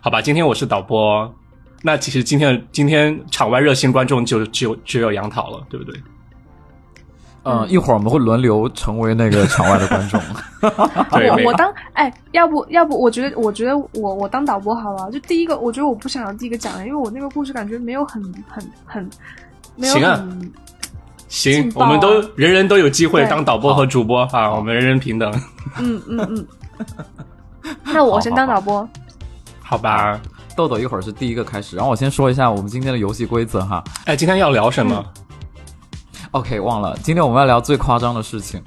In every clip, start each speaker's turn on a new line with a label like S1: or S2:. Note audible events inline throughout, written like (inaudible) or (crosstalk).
S1: 好吧，今天我是导播，那其实今天的今天场外热心观众就只有只有杨桃了，对
S2: (laughs)
S1: 不对？
S3: 嗯，一会儿我们会轮流成为那个场外的观众。
S1: 对，没
S2: 哦我我当哎，要不要不？我觉得我觉得我我当导播好了。就第一个，我觉得我不想第一个讲了，因为我那个故事感觉没有很很很没有
S1: 行啊
S2: 很
S1: 行
S2: 劲，爆
S1: 我
S2: 啊
S1: 们都人人都有机会
S2: 对
S1: 当导播和主播啊，我们人人平等， (laughs)
S2: 嗯嗯嗯。那我先当导播，
S1: 好吧？
S3: (laughs) 豆豆一会儿是第一个开始，然后我先说一下我们今天的游戏规则哈。
S1: 哎，今天要聊什么？
S3: OK，忘了，今天我们要聊最夸张的事情，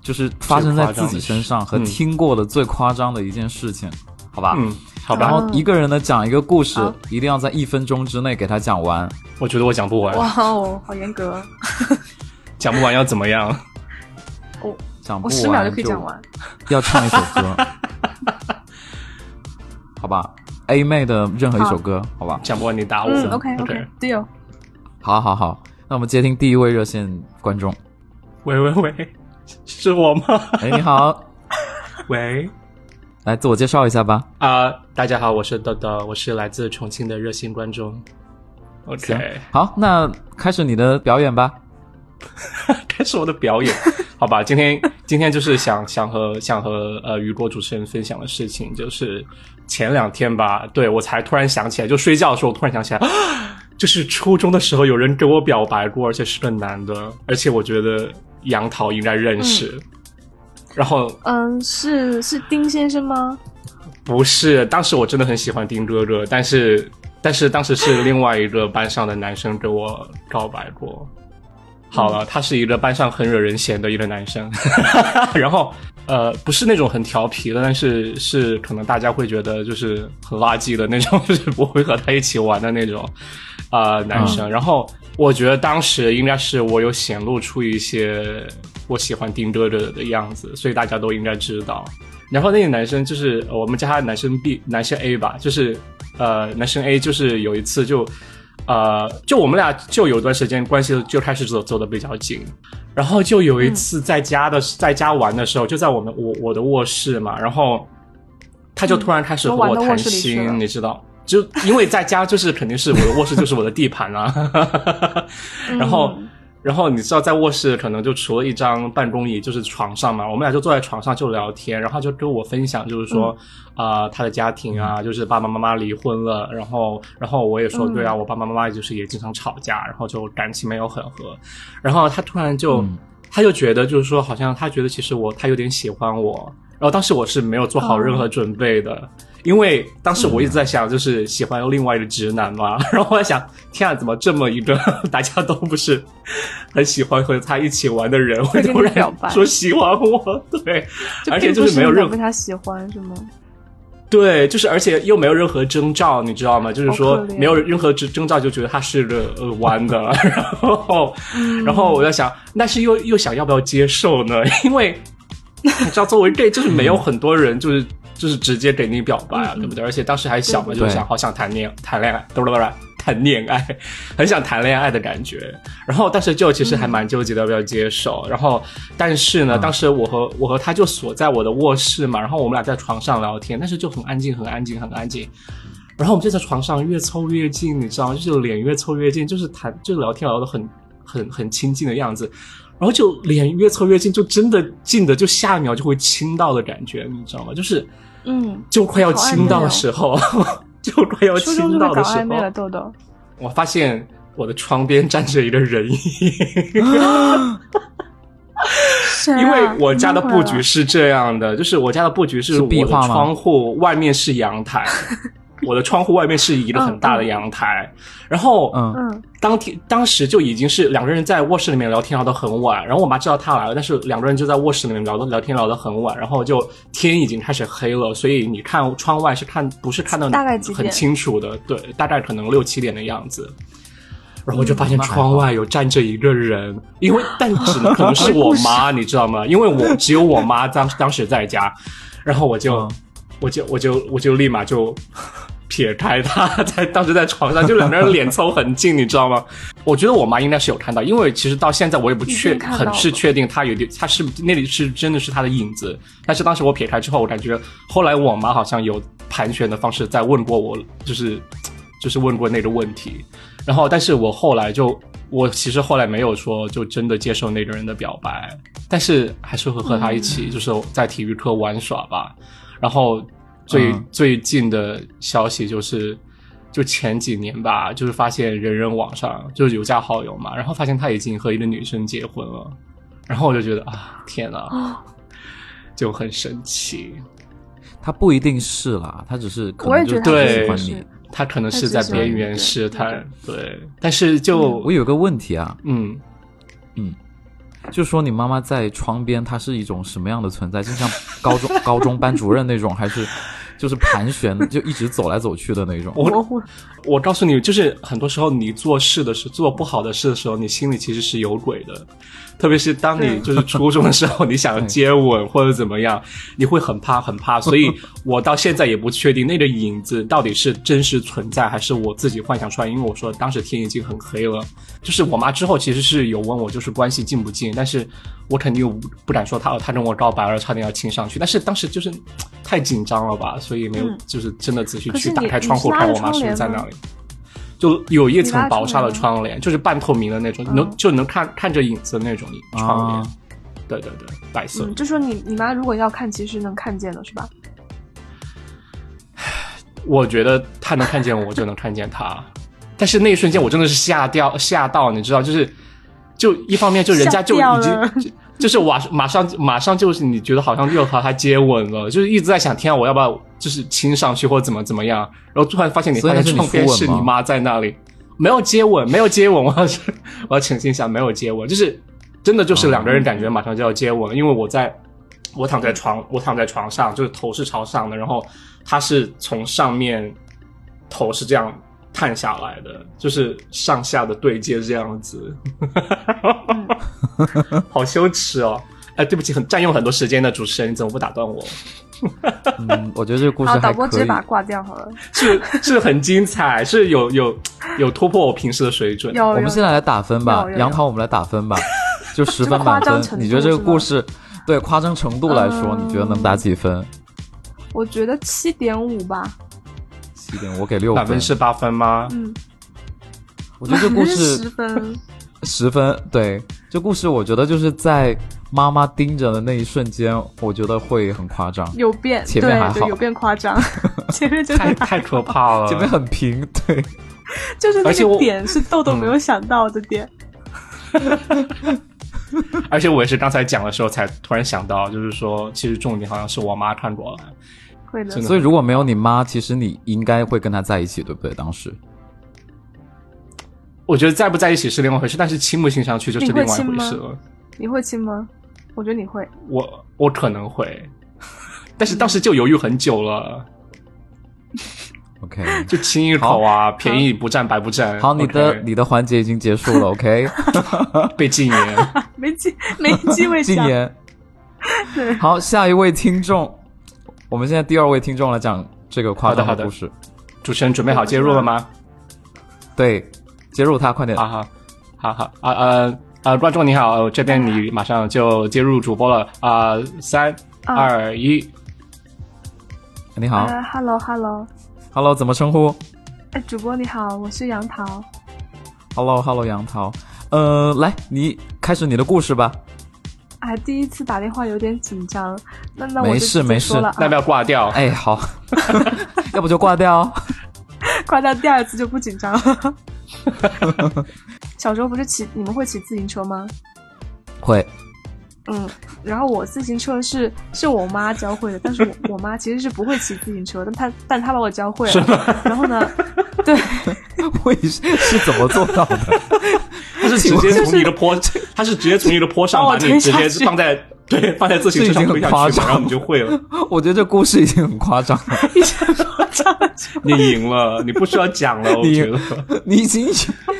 S3: 就是发生在自己身上
S1: 最夸
S3: 和
S1: 张的事
S3: 听过的最夸张的一件事情，好吧？
S1: 嗯，好
S3: 然
S1: 吧，
S3: 后一个人呢讲一个故事
S2: 好，
S3: 一定要在一分钟之内给他讲完。
S1: 我觉得我讲不完，
S2: 哇哦，好严格，
S1: 讲不完要怎么
S2: (laughs)
S1: 样？
S2: 我
S3: 讲不
S2: 我
S3: 完
S2: 十秒就可以讲完。
S3: 要唱一首 (laughs) 歌，好吧？A 妹的任何一首歌，好吧？
S1: 讲不完你打我。
S2: 嗯，OK OK deal。
S3: 好啊好好，那我们接听第一位热线观众。
S1: 喂喂喂， (laughs) 是我
S2: (laughs)
S1: 吗？
S3: 哎，你好，
S1: 喂
S3: 来自我介绍一下吧。
S1: 啊、大家好，我是豆豆，我是来自重庆的热心观众。
S3: 行
S1: OK，，
S3: 好，那开始你的表演吧。
S1: 开始我的表演， (laughs) 好吧？今天今天就是想想和想和呃雨果主持人分享的事情，就是前两天吧，对我才突然想起来，就睡觉的时候我突然想起来， (gasps) 就是初中的时候有人跟我表白过，而且是个男的，而且我觉得杨桃应该认识。然后
S2: 嗯，是是丁先生吗？
S1: 不是，当时我真的很喜欢丁哥哥，但是但是当时是另外一个班上的男生跟我告白过。好了，他是一个班上很惹人嫌的一个男生， (laughs) 然后呃，不是那种很调皮的，但是是可能大家会觉得就是很垃圾的那种，就是不会和他一起玩的那种啊、呃男生。然后我觉得当时应该是我有显露出一些我喜欢丁哥哥的样子，所以大家都应该知道。然后那个男生就是呃我们叫他男生 B，男生 A 吧，就是呃，男生 A 就是有一次就呃，就我们俩就有段时间关系就开始走走的比较近，然后就有一次在家的、
S2: 嗯
S1: 在家玩的时候，就在我们我我的卧室嘛，然后他就突然开始和
S2: 嗯
S1: 我
S2: 都玩到
S1: 谈
S2: 卧室里去
S1: 心，
S2: 了
S1: 你知道。就因为在家，就是肯定是我的卧室，就是我的地盘啊。 (laughs) 然后
S2: 嗯，
S1: 然后你知道，在卧室可能就除了一张办公椅，就是床上嘛，我们俩就坐在床上就聊天，然后他就跟我分享，就是说，啊、他的家庭啊，就是爸爸妈妈离婚了，然后，然后我也说，
S2: 嗯
S1: 对啊，我爸爸妈妈就是也经常吵架，然后就感情没有很合，然后他突然就，
S3: 嗯
S1: 他就觉得就是说，好像他觉得其实我他有点喜欢我，然后当时我是没有做好
S2: 哦
S1: 任何准备的，因为当时我一直在想，就是喜欢另外一个直男嘛， (laughs) 然后我在想，天啊，怎么这么一个大家都不是很喜欢和他一起玩的人，会
S2: 会跟你
S1: 突然
S2: 表白
S1: 说喜欢我？对，
S2: 就
S1: 而且
S2: 并
S1: 就
S2: 不
S1: 是没有
S2: 你
S1: 任
S2: 被他喜欢是吗？
S1: 对，就是而且又没有任何征兆，你知道吗？就是
S2: 好
S1: 说
S2: 可怜
S1: 没有任何征征兆就觉得他是个呃弯的， (laughs) 然后
S2: 嗯
S1: 然后我在想，但是又又想要不要接受呢？ (laughs) 因为你知道，作为 gay，就是没有很多人就是就是直接给你表白啊，
S2: 嗯嗯嗯
S1: 对不对？而且当时还小嘛，
S2: 对
S1: 就是
S3: 对
S1: 想好想谈恋谈恋爱，不不不，谈恋爱，很想谈恋爱的感觉。然后当时就其实还
S2: 嗯
S1: 蛮纠结的要不要接受，然后但是呢，
S3: 嗯
S1: 当时我和我和他就锁在我的卧室嘛，然后我们俩在床上聊天，但是就很安静，很安静，很安静。然后我们就在床上越凑越近，你知道吗？就是脸越凑越近，就是谈就是聊天聊得很很很亲近的样子，然后就脸越凑越近，就真的近的就下一秒就会亲到的感觉，你知道吗？就是
S2: 嗯，
S1: 就快要亲到的时候， (laughs) 就快要
S2: 初中就
S1: 亲
S2: 会
S1: 到
S2: 搞
S1: 的时
S2: 暧昧了，
S1: 候，
S2: 豆豆。
S1: 我发现我的窗边站着一个人影。
S2: 谁啊
S1: 因为我家的布局
S2: 是
S1: 是这样的，就是我家的布局是
S3: 是
S1: 我
S3: 壁
S1: 的
S3: 画吗
S1: 窗户外面是阳台，我的窗户外面是一个很大的阳台，然后
S3: 嗯
S2: 嗯
S1: 当天当时就已经是两个人在卧室里面聊天聊得很晚，然后我妈知道她来了，但是两个人就在卧室里面聊的聊天聊得很晚，然后就天已经开始黑了，所以你看窗外是看不是看到
S2: 大概几点
S1: 很清楚的，对，大概可能六七点的样子。然后我就发现
S3: 嗯那还好
S1: 窗外有站着一个人，因为但只能可能是我妈，你知道吗？因为我只有我妈当当时在家，然后我就、
S3: 嗯
S1: 我就我就我就立马就撇开他，在当时在床上就两个人脸凑很近，你知道吗？我觉得我妈应该是有看到，因为其实到现在我也不
S2: 已
S1: 确
S2: 经看到
S1: 很
S2: 了
S1: 是确定她有点，她是那里是真的是她的影子，但是当时我撇开之后，我感觉后来我妈好像有盘旋的方式在问过我，就是就是问过那个问题。然后，但是我后来就，我其实后来没有说就真的接受那个人的表白，但是还是会和他一起，就是在体育课玩耍吧。然后最、
S3: 嗯
S1: 最近的消息就是，就前几年吧，就是发现人人网上就是有加好友嘛，然后发现他已经和一个女生结婚了，然后我就觉得啊，天呐，就很神奇。
S3: 他不一定是啦，他只是可
S2: 啊我也
S3: 能就
S2: 觉得
S3: 是
S1: 他
S3: 喜
S1: 对
S3: 欢
S2: 是
S3: 你。
S1: 他可能
S2: 他
S1: 是在
S2: 只是
S1: 边
S2: 一
S1: 缘
S2: 个
S1: 试
S2: 一
S1: 探，对，但是就
S3: 我有个问题啊，
S1: 嗯，
S3: 就说你妈妈在窗边，她是一种什么样的存在？就像高中 (laughs) 高中班主任那种，还是就是盘旋就一直走来走去的那
S2: (laughs)
S3: 种？
S1: 我
S2: 模糊。
S1: 我告诉你，就是很多时候你做事的时做不好的事的时候，你心里其实是有鬼的。特别是当你
S2: 对啊
S1: 就是初中的时候，你
S2: (laughs)
S1: 想接吻或者怎么样，你会很怕很怕。
S2: (laughs)
S1: 所以我到现在也不确定那个影子到底是真实存在还是我自己幻想出来。因为我说当时天已经很黑了，就是我妈之后其实是有问我，就是关系近不近，但是我肯定不不敢说她，哦她跟我告白了，差点要亲上去。但是当时就是太紧张了吧，所以没有
S2: 嗯
S1: 就是真的仔细
S2: 可是
S1: 去打
S2: 你
S1: 开窗户
S2: 你是拉
S1: 看
S2: 着
S1: 我妈是不是在
S2: 窗帘吗
S1: 那里。就有一
S2: 你
S1: 层
S2: 拉
S1: 薄纱的
S2: 窗
S1: 窗帘，就是半透明的那种，
S2: 嗯
S1: 能就能看看着影子的那种窗帘。
S3: 啊
S1: 对对对，白色的。
S2: 哦嗯，就说你你妈如果要看，其实能看见的是吧？
S1: (laughs) 我觉得他能看见我，我就能看见他。但是那一瞬间，我真的是吓掉吓到，你知道，就是就一方面就人家就
S2: 吓
S1: 已
S2: 掉了
S1: 经就就是马马上马上就是你觉得好像又和他接吻了，就是一直在想，天啊，我要不要就是亲上去或者怎么怎么样？然后突然发现你
S3: 所以
S1: 发
S3: 那
S1: 现
S3: 是你
S1: 窗边
S3: 初吻
S1: 是你
S3: 吗
S1: 妈在那里，没有接吻， (laughs) 没有接吻，我要我要澄清一下，没有接吻，就是真的就是两个人感觉马上就要接吻了，因为我在我躺在床，我躺在床上，就是头是朝上的，然后他是从上面头是这样探下来的，就是上下的对接这样子， (laughs) 好羞耻哦！哎，对不起，很占用很多时间的主持人，你怎么不打断我？
S3: 嗯，我觉得这个故事
S2: 好，
S3: 还
S2: 导播直
S3: 可
S2: 接
S3: 以。
S2: 把它挂掉好了。
S1: 是是很精彩，是有有有突破我平时的水准。
S2: 有
S3: 我
S2: 有
S3: 们现在来打分吧
S2: 有有，有
S3: 杨桃，我们来打分
S2: (laughs)
S3: 吧，就十分满
S2: 这个夸张
S3: 分
S2: 程。度
S3: 你觉得这个故事对夸张程度来说，
S2: 嗯
S3: 你觉得能打几分？
S2: 我觉得七点五吧，
S3: 七点，我给六
S1: 满分是八分吗？
S2: 嗯，
S3: 我觉得这故
S2: (laughs)
S3: 事 (laughs)
S2: 十分，
S3: 十分对，这故事我觉得就是在妈妈盯着的那一瞬间，我觉得会很夸张，
S2: 有变，
S3: 前面还
S2: 对
S3: 好
S2: 对，有变
S3: (laughs)
S2: 夸张，前面就是
S1: (laughs) 太太可怕了！
S3: 前面很平，对，
S2: (laughs)
S1: 嗯
S2: 就是那
S1: 而且
S2: 个
S1: 我
S2: 点是
S3: 嗯
S2: 豆豆没有想到的点，
S1: 而且我也是刚才讲的时候才突然想到，就是说，其实重点好像是我妈看过来。
S2: 会的
S1: 真。的
S3: 所以如果没有你妈，其实你应该会跟她在一起，对不对？当时
S1: 我觉得在不在一起是另外一回事，但是亲不亲上去就是
S2: 你
S1: 另外一回
S2: 会亲
S1: 事
S2: 吗
S1: 了。
S2: 你会亲吗？我觉得你会。
S1: 我我可能会，但是当时就犹豫很久了， (laughs)
S3: ，OK，
S1: 就亲一口啊，便宜不占白不占。
S3: 好，你的
S1: OK，
S3: 你的环节已经结束了，OK，
S1: (laughs) 被禁言。
S2: (laughs)
S3: (laughs)
S2: 没机没机会
S3: 禁
S2: 讲，
S3: 言。好，下一位听众，我们现在第二位听众来讲这个夸张
S1: 好的好的
S3: 故事，
S1: 主持人准备好介入了吗？
S3: 对，接入他，快点，
S1: 啊哈，好好啊呃呃，观众你好，呃这边你马上就接入主播了啊，三
S2: 啊
S1: 二一，
S3: 你好、
S2: 呃，hello hello，
S3: h e l l o 怎么称呼？
S2: 哎，主播你好，我是杨桃。
S3: Hello，Hello，杨桃，呃，来，你开始你的故事吧。
S2: 哎，第一次打电话有点紧张，那那我
S3: 没
S2: 就
S3: 事
S2: 直
S3: 没
S2: 接
S3: 事
S2: 说了啊
S1: 那不要挂掉。
S3: 哎，好， (laughs) 要不就挂掉。哦
S2: 挂掉第二次就不紧张了。 (laughs) 小时候不是骑，你们会骑自行车吗？
S3: (laughs) 会，
S2: 嗯，然后我自行车是是我妈教会的，但是我我妈其实是不会骑自行车，但她但她把我教会了。然后呢，对，
S3: 会是是怎么做到的？ (laughs)
S1: 他是直接从你的坡，他是直接从你的坡上
S2: 帮我
S1: 把你
S2: 推
S1: 直
S2: 下
S1: 接
S2: 去
S1: 放在对放在自行车
S3: 这已
S1: 上
S3: 经
S1: 推下
S3: 很夸
S1: 去嘛，
S3: 张
S1: 然后你就会了，
S3: 我觉得这故事已经很夸张了， (laughs)
S2: 一直夸张了就
S1: 你赢了，你不需要讲了，我
S3: 你
S1: 觉得
S3: 你已经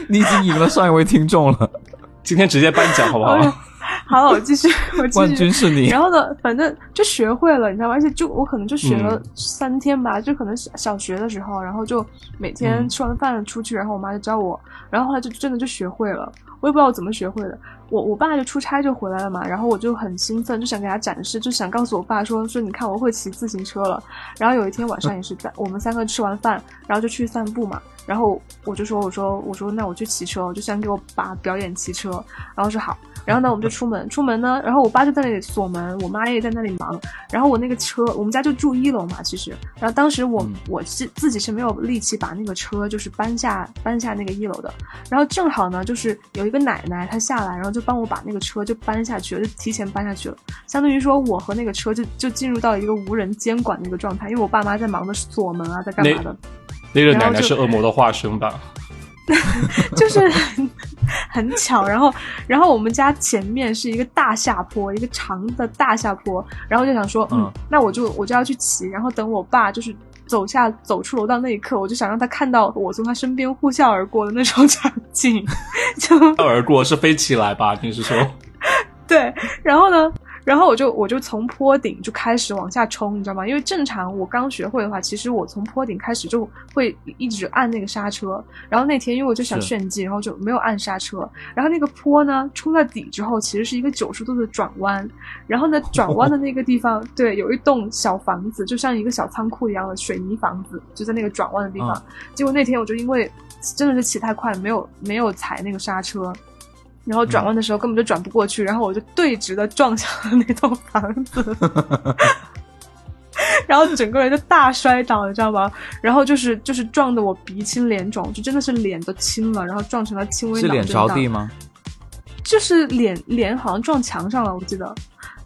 S3: 你已经赢了上一位听众了，
S1: 今天直接颁奖好不好？
S2: 哎好了，我继续， (laughs) 我继
S3: 冠
S2: 续。
S3: 军是你。
S2: 然后呢，反正就学会了，你知道吗？而且就我可能就学了
S1: 嗯
S2: 三天吧，就可能小小学的时候，然后就每天
S3: 嗯
S2: 吃完饭了出去，然后我妈就教我，然后后来就真的就学会了。我也不知道我怎么学会的，我我爸就出差就回来了嘛，然后我就很兴奋，就想给他展示，就想告诉我爸说说你看我会骑自行车了。然后有一天晚上也是在我们三个吃完饭，然后就去散步嘛，然后我就说我说我说那我去骑车，我就想给我爸表演骑车，然后说好。然后呢，我们就出门，出门呢，然后我爸就在那里锁门，我妈也在那里忙。然后我那个车，我们家就住一楼嘛，其实。然后当时我
S3: 嗯
S2: 我是自己是没有力气把那个车就是搬下搬下那个一楼的。然后正好呢，就是有一个奶奶她下来，然后就帮我把那个车就搬下去了，就提前搬下去了。相当于说我和那个车就就进入到一个无人监管的一个状态，因为我爸妈在忙着锁门啊，在干嘛
S1: 那
S2: 的。
S1: (laughs) 那个
S2: 然后
S1: 奶奶
S2: 就是
S1: 恶魔的化身吧？
S2: 就是很很巧。然后，然后我们家前面是一个大下坡，一个长的大下坡。然后就想说，嗯
S3: 嗯，
S2: 那我就我就要去骑。然后等我爸就是走下走出楼道那一刻，我就想让他看到我从他身边呼啸而过的那种 (laughs) 场景，就
S1: 跳而过是飞起来吧？你是说？
S2: 对，然后呢，然后我就我就从坡顶就开始往下冲，你知道吗？因为正常我刚学会的话，其实我从坡顶开始就会一直按那个刹车。然后那天因为我就想
S3: 是
S2: 炫技，然后就没有按刹车。然后那个坡呢，冲到底之后，其实是一个九十度的转弯。然后呢，转弯的那个地方，对，有一栋小房子，就像一个小仓库一样的水泥房子，就在那个转弯的地方。
S3: 嗯
S2: 结果那天我就因为真的是骑太快，没有没有踩那个刹车，然后转弯的时候根本就转不过去，然后我就对直的撞向了那栋
S3: (laughs)
S2: 房子，然后整个人就大摔倒，你知道吗？然后就是就是撞得我鼻青脸肿，就真的是脸都青了，然后撞成了轻微
S3: 是
S2: 脑
S3: 脸
S2: 震
S3: 着
S2: 荡，
S3: 地吗？
S2: 就是脸脸好像撞墙上了，我记得。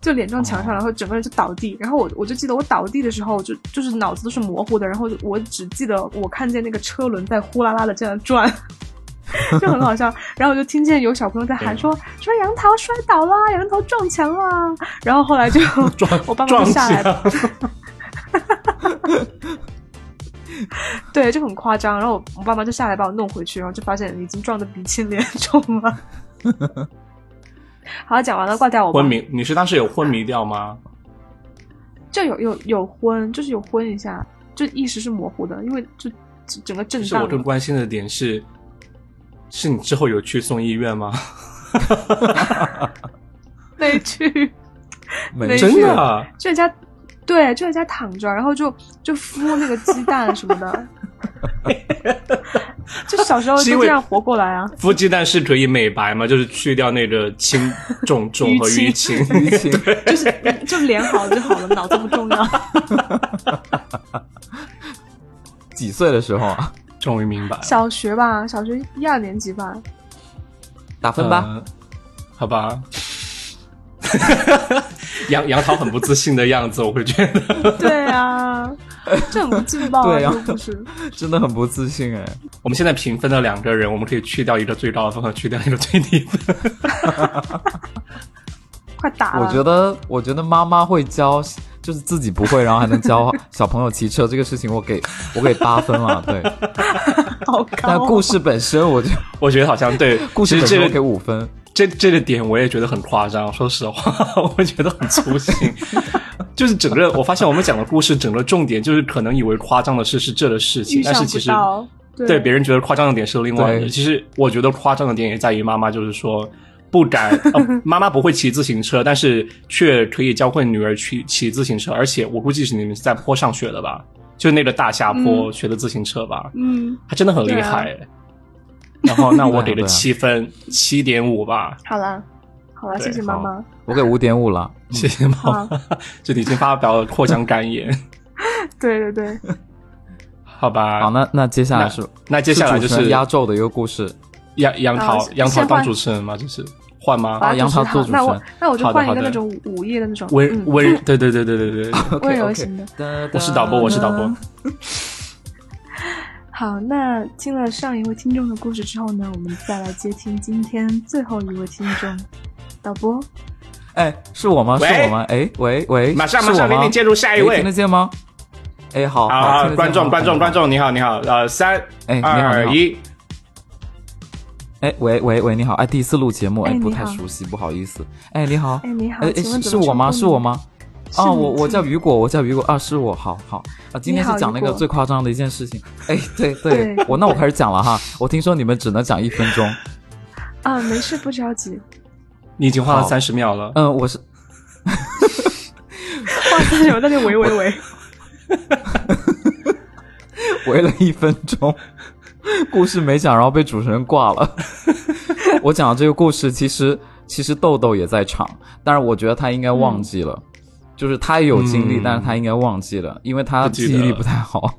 S2: 就脸撞墙上，
S3: 哦
S2: 然后整个人就倒地。然后我我就记得我倒地的时候，我就就是脑子都是模糊的，然后我只记得我看见那个车轮在呼啦啦的这样转， (laughs) 就很好笑。然后我就听见有小朋友在喊说说杨桃摔倒啦，杨桃撞墙啦。然后后来就
S1: (laughs) 撞
S2: 我爸妈
S1: 撞
S2: 就下来
S1: 墙，
S2: 对，就很夸张。然后我我爸妈就下来把我弄回去，然后就发现已经撞得鼻青脸肿了。 (laughs) 好，讲完了，挂掉我
S1: (laughs)
S2: 吧
S1: 昏。迷？你是当时有昏迷掉吗？
S2: 就有有有昏，就是有昏一下，就意识是模糊的，因为就就整个震
S1: 其实
S2: 荡
S1: 我
S2: 了。
S1: 更关心的点是，是你之后有去送医院吗？
S2: 没去，
S3: 没
S2: 没
S3: 事
S2: 事
S1: 真的
S3: (laughs)
S1: 啊？
S2: 就在家，对，就在家躺着，然后就 (laughs) 就孵那个鸡蛋什么的。 (laughs) 就小时候
S1: 是因
S2: 就
S1: 为
S2: 这样活过来啊，
S1: 孵鸡蛋是可以美白吗？就是去掉那个青肿肿和
S2: 淤
S1: 淤青。
S3: (laughs) 淤青，
S2: 就是就脸好就好了，脑子不重要。
S1: (laughs)
S3: 几岁的时候啊？
S1: 终于明白了，
S2: 小学吧，小学一二年级吧，
S3: 打分吧，
S1: 呃好吧。 (laughs) 杨杨桃很不自信的样子，我会觉得。 (laughs)
S2: 对啊，这很不劲爆啊，
S3: 对啊
S2: 这个故事。
S3: 真的很不自信哎。
S1: 我们现在平分了两个人，我们可以去掉一个最高的分和去掉一个最低分。
S2: 快打了！
S3: 我觉得，我觉得妈妈会教，就是自己不会，然后还能教小朋友骑车这个事情，我给我给八分嘛，对。
S2: 哦好高、
S3: 但故事本身，我就
S1: 我觉得好像对，
S3: 故事
S1: 其
S3: 本
S1: 实
S3: 身
S1: 这
S3: 我给
S1: 个
S3: 五分。
S1: 这这个点我也觉得很夸张。说实话， (laughs) 我觉得很粗心。 (laughs) 就是整个，我发现我们讲的故事，整个重点就是可能以为夸张的事是这的事情
S2: 预，
S1: 但
S2: 想
S1: 是
S2: 不
S1: 其实
S2: 到，
S1: 对别人觉得夸张的点是另外的。
S3: 对
S1: 其实我觉得夸张的点也在于妈妈，就是说不敢、呃 (laughs) 妈妈不会骑自行车，但是却可以教会女儿去骑自行车。而且我估计是你们是在坡上学的吧，就那个大下坡
S2: 嗯
S1: 学的自行车吧，
S2: 嗯，
S1: 她真的很厉
S2: 对啊
S1: 害。然后，那我给
S3: (laughs)
S1: 个
S3: 对啊对啊
S1: 七分，七点五吧。
S2: 好了，好了，
S1: 对
S2: 谢谢妈
S3: 好
S2: 妈。
S3: 我给五点五了，
S2: 嗯
S1: 谢谢妈妈， (laughs) 就你已经发表了扩张感言，
S2: 对对对，
S1: 好吧？
S3: 好，那那接下来是
S1: 那接下来就是
S3: 主持人
S1: 是
S3: 压轴的一个故事， (laughs)
S1: 杨杨
S2: 啊
S1: 桃
S2: 是
S1: 杨桃
S2: 先
S1: 当
S2: 换
S1: 主持人吗？就是换吗？
S2: 把
S3: 啊杨桃做主持人
S2: 那我那我就
S1: 好的
S2: 换一
S1: 好
S2: 个
S1: 的
S2: 那种午夜的那种
S1: 温
S2: 嗯
S1: 温，对对对对对对。
S2: 温
S3: OK，OK
S2: 柔型的。
S1: 我是导播，我是导
S3: 嗯
S1: 播。。
S2: 好，那听了上一位听众的故事之后呢，我们再来接听今天最后一位听众，导播。
S3: 哎，是我吗？是
S1: 喂
S3: 我吗？哎，喂喂，
S1: 马上
S3: 是
S1: 马
S3: 我
S1: 上，
S3: 吗
S1: 领你进入下一
S3: 哎
S1: 位
S3: 听得。见吗？哎，好，
S1: 好
S3: 好，听
S1: 好，
S3: 得见
S1: 观众
S3: 吗
S1: 观众观，众，你好你好，呃，三
S3: 哎你好
S1: 二
S3: 你好
S1: 一，
S3: 哎，喂喂喂，你好，哎，第一次录节目，
S2: 哎
S3: 哎，不
S2: 你
S3: 太
S2: 好
S3: 熟悉，不好意思，哎，你好，
S2: 哎，你好，
S3: 哎哎，
S2: 请问
S3: 是
S2: 怎
S3: 是
S2: 么
S3: 我吗？
S2: 称呼
S3: 是我
S2: 你？
S3: 吗？
S2: 是
S3: 啊，
S2: 你
S3: 我我
S2: 请
S3: 叫雨果，我叫雨果啊，是我，好好啊，今天
S2: 你好
S3: 是讲那个
S2: 雨果
S3: 最夸张的一件事情，哎，对对
S2: 对，
S3: 我那我开始讲了哈，我听说你们只能讲一分钟，
S2: 啊，没事，不着急。
S1: 你已经花了
S3: 好
S1: 三十秒了。
S3: 嗯，我是
S2: 哇塞，有在那喂
S3: (laughs)
S2: 喂喂，
S3: 围了一分钟，故事没讲，然后被主持人挂了。 (laughs) 我讲的这个故事，其实其实豆豆也在场，但是我觉得他应该忘记了，就是他也有经历，
S1: 嗯
S3: 但是他应该忘记了，因为他
S1: 不记
S3: 记
S1: 得
S3: 忆力不太好。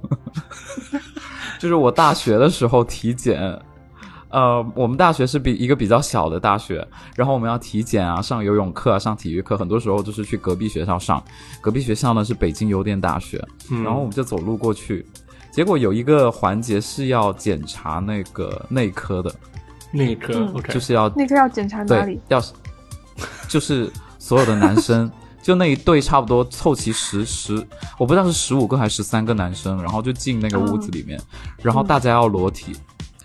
S3: (laughs) 就是我大学的时候体检。呃，我们大学是比一个比较小的大学，然后我们要体检啊，上游泳课啊，上体育课，很多时候就是去隔壁学校上。隔壁学校呢是北京邮电大学，
S1: 嗯
S3: 然后我们就走路过去，结果有一个环节是要检查那个内科的，
S1: 那一刻
S2: 嗯
S1: ，OK，
S3: 就是要
S2: 那个要检查哪
S3: 对
S2: 里？
S3: 要 (laughs) 是就是所有的男生，就那一队差不多凑齐十十，我不知道是十五个还是十三个男生，然后就进那个屋
S2: 嗯
S3: 子里面，然后大家要裸体，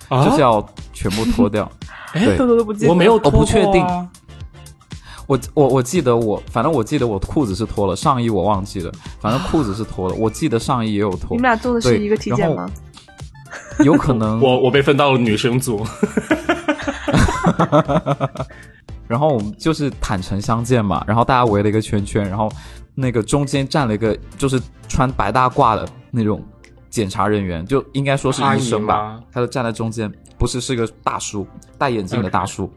S3: 就
S1: 啊，
S3: 是要全部脱掉。
S1: 哎
S3: 对
S2: 豆豆都不记得，
S1: 我没有，
S3: 我不确定。我我我记得我，反正我记得我裤子是脱了，上衣我忘记了，反正裤子是脱了，我记得上衣也有脱
S2: 你们，俩做的是一个体检吗？
S3: 有可能
S1: 我我被分到了女生组，
S3: 然后我们就是坦诚相见嘛，然后大家围了一个圈圈，然后那个中间站了一个就是穿白大褂的那种检查人员，就应该说是医生
S1: 阿姨
S3: 吧
S1: 吗，
S3: 他就站在中间，不是是个大叔，戴眼镜的大叔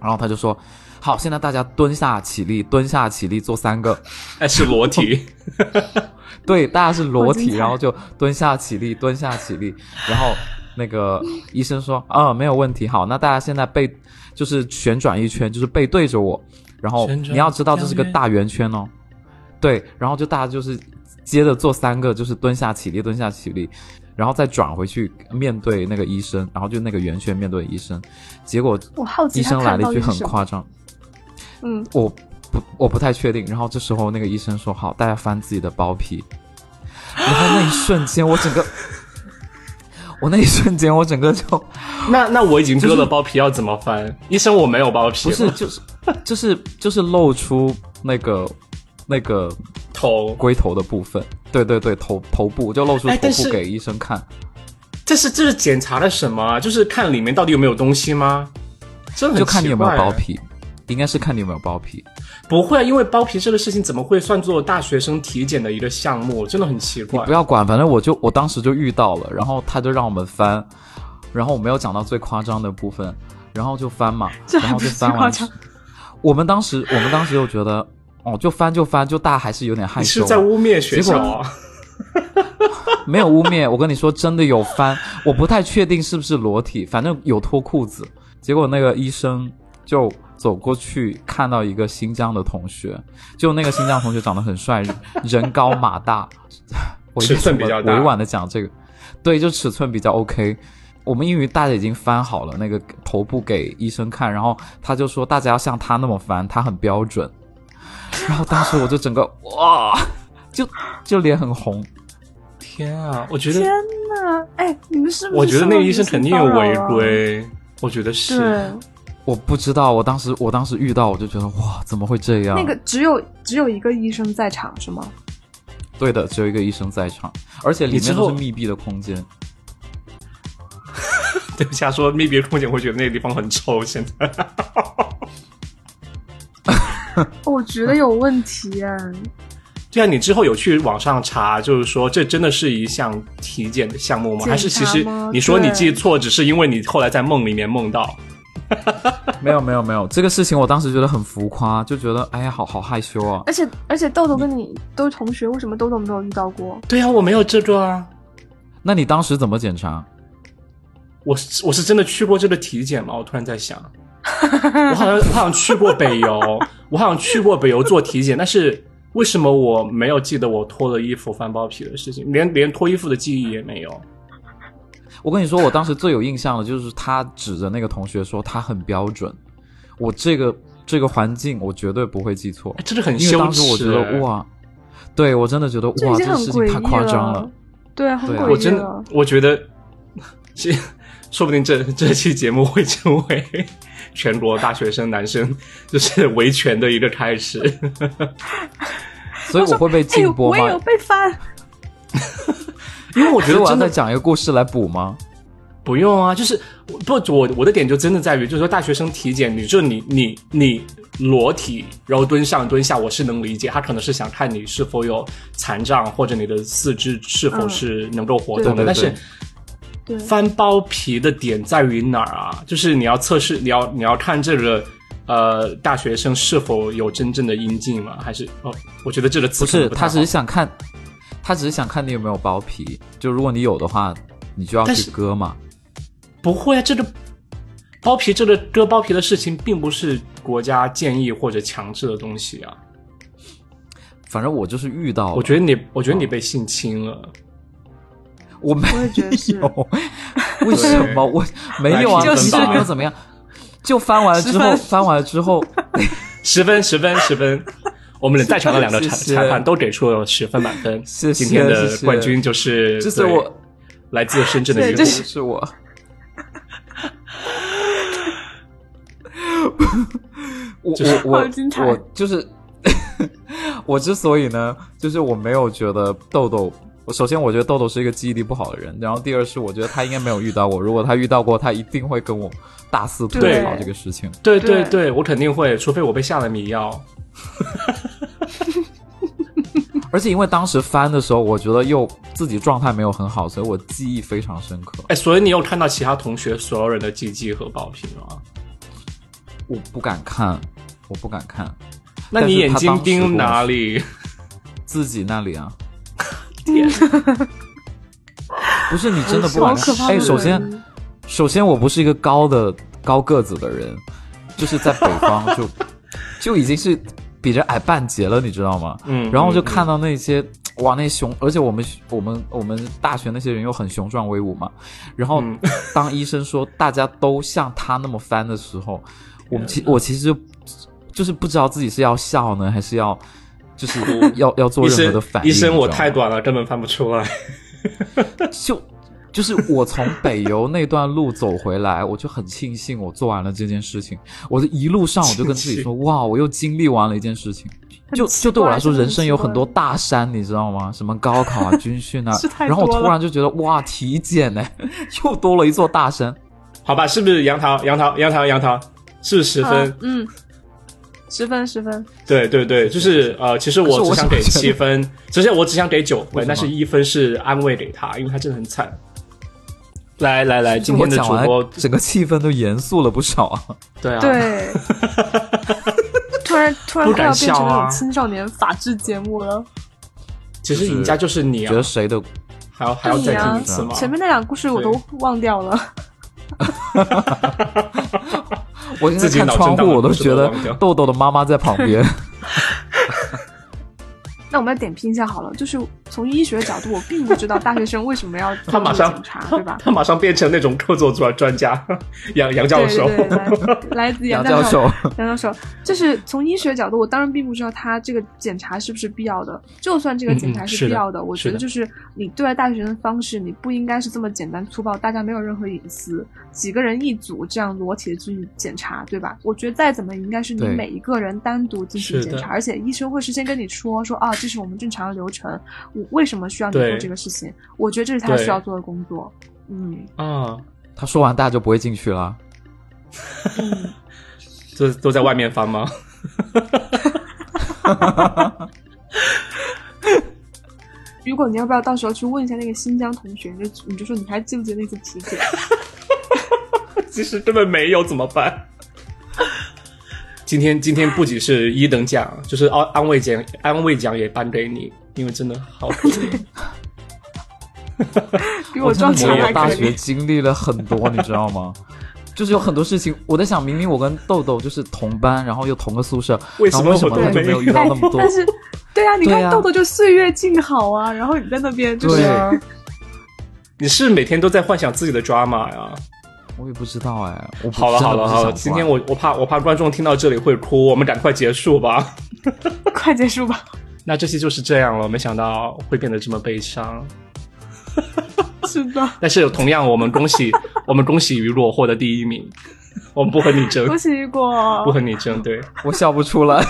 S3: 然后他就说：“好，现在大家蹲下起立，蹲下起立，做三个。”
S1: 哎，是裸
S3: (laughs)
S1: 体，
S3: 对，大家是裸
S2: 好精
S3: 体，
S2: 彩
S3: 然后就蹲下起立，蹲下起立，然后那个医生说，啊、没有问题，好，那大家现在背就是旋转一圈，就是背对着我，然后
S1: 旋转
S3: 你要知道这是个
S1: 相约
S3: 大圆圈哦，对，然后就大家就是接着做三个，就是蹲下起立，蹲下起立，然后再转回去面对那个医生，然后就那个圆圈面对医生，结果
S2: 我好奇
S3: 医生来
S2: 他看
S3: 了
S2: 到
S3: 一句
S2: 底是
S3: 很
S2: 什么？
S3: 夸张，
S2: 嗯，
S3: 我不我不太确定。然后这时候那个医生说：“好，大家翻自己的包皮。”然后那一瞬间，我整个，我那一瞬间，我整个就
S1: 那那我已经割了包皮，要怎么翻？医生，我没有包皮，
S3: 不是就是就是就是露出那个那个
S1: 头，
S3: 龟头的部分，对对对，头头部就露出
S1: 哎
S3: 头
S1: 但是
S3: 部给医生看。
S1: 这是这是检查了什么啊？就是看里面到底有没有东西吗？这很
S3: 就看你有没有
S1: 奇怪啊
S3: 包。皮，应该是看你有没有包皮。
S1: 不会，啊因为包皮这个事情怎么会算作大学生体检的一个项目？真的很奇怪
S3: 不。要管，反正我就我当时就遇到了，然后他就让我们翻，然后我没有讲到最夸张的部分，然后就翻嘛，
S2: 这
S3: 然
S2: 还
S3: 后
S2: 不
S3: 就是
S2: 最
S3: 翻
S2: 夸
S3: 完
S2: 张
S3: 之。，我们当时我们当时就觉得，哦，就翻就翻，就大家还是有点害
S1: 你
S3: 羞
S1: 是
S3: 啊，
S1: 在污蔑学
S3: 结果
S1: 校啊？
S3: (laughs) 没有污蔑，我跟你说真的有翻，我不太确定是不是裸体，反正有脱裤子。结果那个医生就走过去，看到一个新疆的同学，就那个新疆同学长得很帅，人高马大， (laughs) 我应该
S1: 尺寸比较大
S3: 怎么委婉的讲这个，对，就尺寸比较 OK。我们英语大家已经翻好了，那个头部给医生看，然后他就说大家要像他那么翻，他很标准。然后当时我就整个哇，就就脸很红，
S1: 天啊，我觉得
S2: 天哪！哎，你们是不是？
S1: 我觉得那个医生肯定有违。规，我觉得是。
S2: 啊对，
S3: 我不知道，我当时我当时遇到我就觉得哇，怎么会这样？
S2: 那
S1: 啊
S2: 个只有只有一个医生在场是吗？
S3: 对的，只有一个医生在场，而且里
S1: 你之
S3: 面
S1: 后
S3: 都是密闭的空间。
S1: 对不起，他说密闭空间会觉得那个地方很臭。现在
S2: 哦我觉
S1: 嗯
S2: 得有问题哎。
S1: 对啊，你之后有去网上查，就是说这真的是一项体检的项目吗？
S2: 检查吗
S1: 还是其实你说你记错，只是因为你后来在梦里面梦到？
S3: 没有没有没有，这个事情我当时觉得很浮夸，就觉得哎呀，好好害羞啊。
S2: 而且而且豆豆跟你都是同学，为什么豆豆没有遇到过？
S1: 对啊，我没有这个啊，
S3: 那你当时怎么检查？
S1: 我是我是真的去过这个体检吗？我突然在想，我好像我好像去过北邮，我好像去过北邮做体检，但是为什么我没有记得我脱了衣服翻包皮的事情？连连脱衣服的记忆也没有。
S3: 我跟你说，我当时最有印象的就是他指着那个同学说他很标准，我这个这个环境我绝对不会记错
S1: 哎，真的很
S3: 因为
S1: 羞
S3: 当时
S1: 耻。
S3: 我觉得，哇，对我真的觉得
S2: 哎这已
S3: 哇，这
S2: 经
S3: 个
S2: 很
S3: 事
S2: 诡
S3: 情太夸
S2: 异
S3: 张了。。
S2: 对，很
S3: 对啊
S2: 诡异了。
S1: 我真我觉得，这说不定这这期节目会成为全国大学生男生就是维权的一个开始。
S3: 所以我会被禁播
S2: 哎呦
S3: 吗
S2: 我
S3: (laughs)
S2: 也？有被翻，
S1: 因为我觉
S3: 所以
S1: 得
S3: 我要
S1: 真
S2: (laughs)
S3: 再
S1: 的，
S3: 讲一个故事来补吗？
S1: 不用啊，就是不我我的点就真的在于，就是说大学生体检，你就你你你裸体，然后蹲上蹲下，我是能理解，他可能是想看你是否有残障或者你的四肢是否
S2: 嗯
S1: 是能够活动的，
S3: 对对
S1: 但是
S3: 对
S2: 对，
S1: 翻包皮的点在于哪儿啊？就是你要测试，你要你要看这个呃大学生是否有真正的阴茎吗？还是哦，我觉得这个词
S3: 不
S1: 可
S3: 是，
S1: 能太
S3: 他只
S1: 好
S3: 是想看，他只是想看你有没有包皮。就如果你有的话，你就要
S1: 但
S3: 去
S1: 是
S3: 割嘛。
S1: 不会啊，这个包皮这个割包皮的事情并不是国家建议或者强制的东西啊。
S3: 反正我就是遇到了，
S1: 我觉得你，我觉得你被性侵了，
S3: 我没
S2: 我也觉得是。
S3: 有，为什
S1: (laughs)
S3: 么我没有啊？
S1: 就是
S3: 没有怎么样，就翻完了之后，
S2: 十分
S3: 翻完了之后，
S1: 十分十分十分。我们在场的两个
S3: 谢
S1: 裁
S3: 谢
S1: 裁判都给出了十分满分。
S3: 谢谢
S1: 今天
S3: 谢
S1: 的
S3: 谢
S1: 冠军就是
S3: 这是
S1: 对
S3: 我
S1: 来自深圳的
S2: 对
S1: 雨
S2: 这
S1: 果
S2: 是
S3: 是我。我
S1: 就是
S3: 我
S2: 好精彩
S3: 我我就是 (laughs) 我之所以呢，就是我没有觉得豆豆。我首先，我觉得豆豆是一个记忆力不好的人，然后第二是我觉得他应该没有遇到我。如果他遇到过，他一定会跟我大肆吐
S1: 对
S3: 槽这个事情。
S1: 对对
S2: 对
S1: 对，我肯定会，除非我被下了迷药。
S3: 而且因为当时翻的时候，我觉得又自己状态没有很好，所以我记忆非常深刻。
S1: 哎，所以你有看到其他同学所有人的鸡鸡和包皮吗？
S3: 我不敢看，我不敢看
S1: 那
S3: 但
S1: 你
S3: 是
S1: 眼
S3: 他
S1: 睛
S3: 当时跟
S1: 盯
S3: 我
S1: 哪
S3: (laughs)
S1: 里？
S3: 自己那里啊。
S1: (laughs) 天，
S3: 不是你真的不
S2: 好
S3: 敢
S2: 可
S3: 看。
S2: 怕的
S3: 哎，
S2: 人
S3: 首先，首先我不是一个高的高个子的人，就是在北方
S2: (laughs)
S3: 就就已经是比人矮半截了，你知道吗？
S1: 嗯
S3: 然后就
S1: 嗯
S3: 看到那些、哇，那雄，而且我们我们我们大学那些人又很雄壮威武嘛。然后
S1: 嗯
S3: 当医生说大家都像他那么翻的时候，我
S1: 嗯
S3: 们其我其实就就是不知道自己是要笑呢，还是要。就是要要做
S1: 医
S3: 任何的
S1: 生
S3: 反应，
S1: 医生，我
S3: 你知道吗
S1: 太短了，根本翻不出来。
S3: 就就是我从北邮那段路走回来，我就很庆幸我做完了这件事情。我的一路上我就跟自己说，哇，我又经历完了一件事情。
S2: 很
S3: 就
S2: 奇
S3: 就对我来说，
S2: 怪真的
S3: 人生有很多大山，你知道吗？什么高考啊、军训啊
S2: 是，太
S3: 然后我
S2: 多
S3: 突
S2: 了
S3: 然就觉得，哇，体检呢，又多了一座大山。
S1: 好吧，是不是杨桃？杨桃，杨桃，杨桃，是不是十
S2: 好
S1: 分？
S2: 嗯，十分十分，
S1: 对对对，就是呃，其实
S3: 可是
S1: 我
S3: 我
S1: 只想
S3: 怎么
S1: 给
S3: 觉得
S1: 七分，其实我只想给九分
S3: 为，什么
S1: 但是一分是安慰给他，因为他真的很惨。来来来，今
S3: 我
S1: 天的
S3: 讲
S1: 主
S3: 完
S1: 播，
S3: 整个气氛都严肃了不少啊。
S1: 对啊，
S3: (laughs)
S2: 对。突然突然
S1: 不
S2: 快
S1: 敢
S2: 要变成
S1: 笑
S2: 那
S1: 啊
S2: 种青少年法制节目了。
S1: 其实赢家就是你啊，
S3: 觉得谁的
S1: 还要还要再
S2: 对啊
S1: 听一次吗？
S2: 前面那两个故事我都忘掉了。
S3: 我现
S1: 自
S3: 在
S1: 己
S3: 看
S1: 脑震
S3: 窗户，
S1: 荡了
S3: 我都
S1: 不是
S3: 觉
S1: 都
S3: 得
S1: 忘掉
S3: 豆豆的妈妈在旁边。
S2: 那我们来点评一下好了，就是从医学角度，我并不知道大学生为什么要
S1: (laughs)
S2: 做
S1: 他马
S2: 这个
S1: 上
S2: 检查，
S1: 他
S2: 对吧？
S1: (laughs) 他马上变成那种客座专专家，杨杨教授。
S2: 对对对，来来自
S3: 杨教
S2: 杨
S3: 授， (laughs)
S2: 杨教授，就是从医学角度，我当然并不知道他这个检查是不是必要的。就算这个检查
S1: 嗯嗯是的
S2: 必要的，我觉
S1: 是的
S2: 得就是你对待大学生的方式，你不应该是这么简单粗暴，大家没有任何隐私，几个人一组这样裸体的去检查，对吧？我觉得再怎么应该是你
S3: 对
S2: 每一个人单独进行
S1: 是的
S2: 检查，而且医生会事先跟你说说啊，这是我们正常的流程，我为什么需要你
S1: 对
S2: 做这个事情？我觉得这是他
S1: 对
S2: 需要做的工作。嗯，
S1: (laughs) 啊，
S3: 他说完大家就不会进去了。啊
S1: 这都在外面翻吗？
S2: 如果你要不要到时候去问一下那个新疆同学，你就你就说你还记不记得那次体检？
S1: 其实根本没有，怎么办？今天今天不仅是一等奖，就是安安慰奖，安慰奖也颁给你，因为真的 (laughs) 好可怜。
S2: (laughs) 比我
S3: 真
S2: 撞
S3: 的觉
S2: 墙
S3: 得
S2: 还
S3: 我大
S2: 可
S3: 学
S2: (laughs) 以。
S3: 经历了很
S1: (laughs)
S3: 多，你知道吗？就是有很多事情，我在想，明明我跟豆豆就是同班，然后又同个宿舍，
S1: 为什
S3: 然
S1: 么
S3: 后为什
S1: 我
S3: 么他就
S1: 对
S3: 没有遇到那么多
S2: 哎但？是，对啊，你
S3: 对
S2: 看
S3: 啊
S2: 豆豆就岁月静好啊，然后你在那边就是
S3: 对，
S1: 你是每天都在幻想自己的 drama 呀？
S3: 我也不知道哎。我不
S1: 好了
S3: 真的
S1: 好了
S3: 不是
S1: 好
S3: 想
S1: 了，
S3: 不
S1: 今
S3: 出来
S1: 天我我怕我怕观众听到这里会哭，我们赶快结束吧。
S2: (laughs) 快结束吧， (laughs)
S1: 那这期就是这样了，没想到会变得这么悲伤。
S2: 是的。
S1: 但是同样，我们恭 (laughs) 喜我们恭喜雨果获得第一名，我们不和你 (laughs) 争
S2: 恭，喜雨果
S1: 不，和你争，对。
S3: 我笑不出来，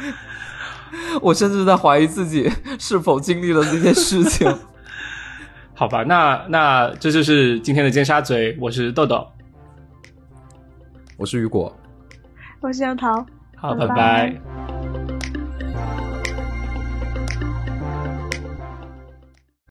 S3: (laughs) 我甚至在怀疑自己是否经历了这件事情。
S1: 好吧，那那这就是今天的尖沙咀，我是豆豆，
S3: (laughs) 我是雨果，
S2: 我是杨桃。
S1: 好，拜
S2: 拜拜
S1: 拜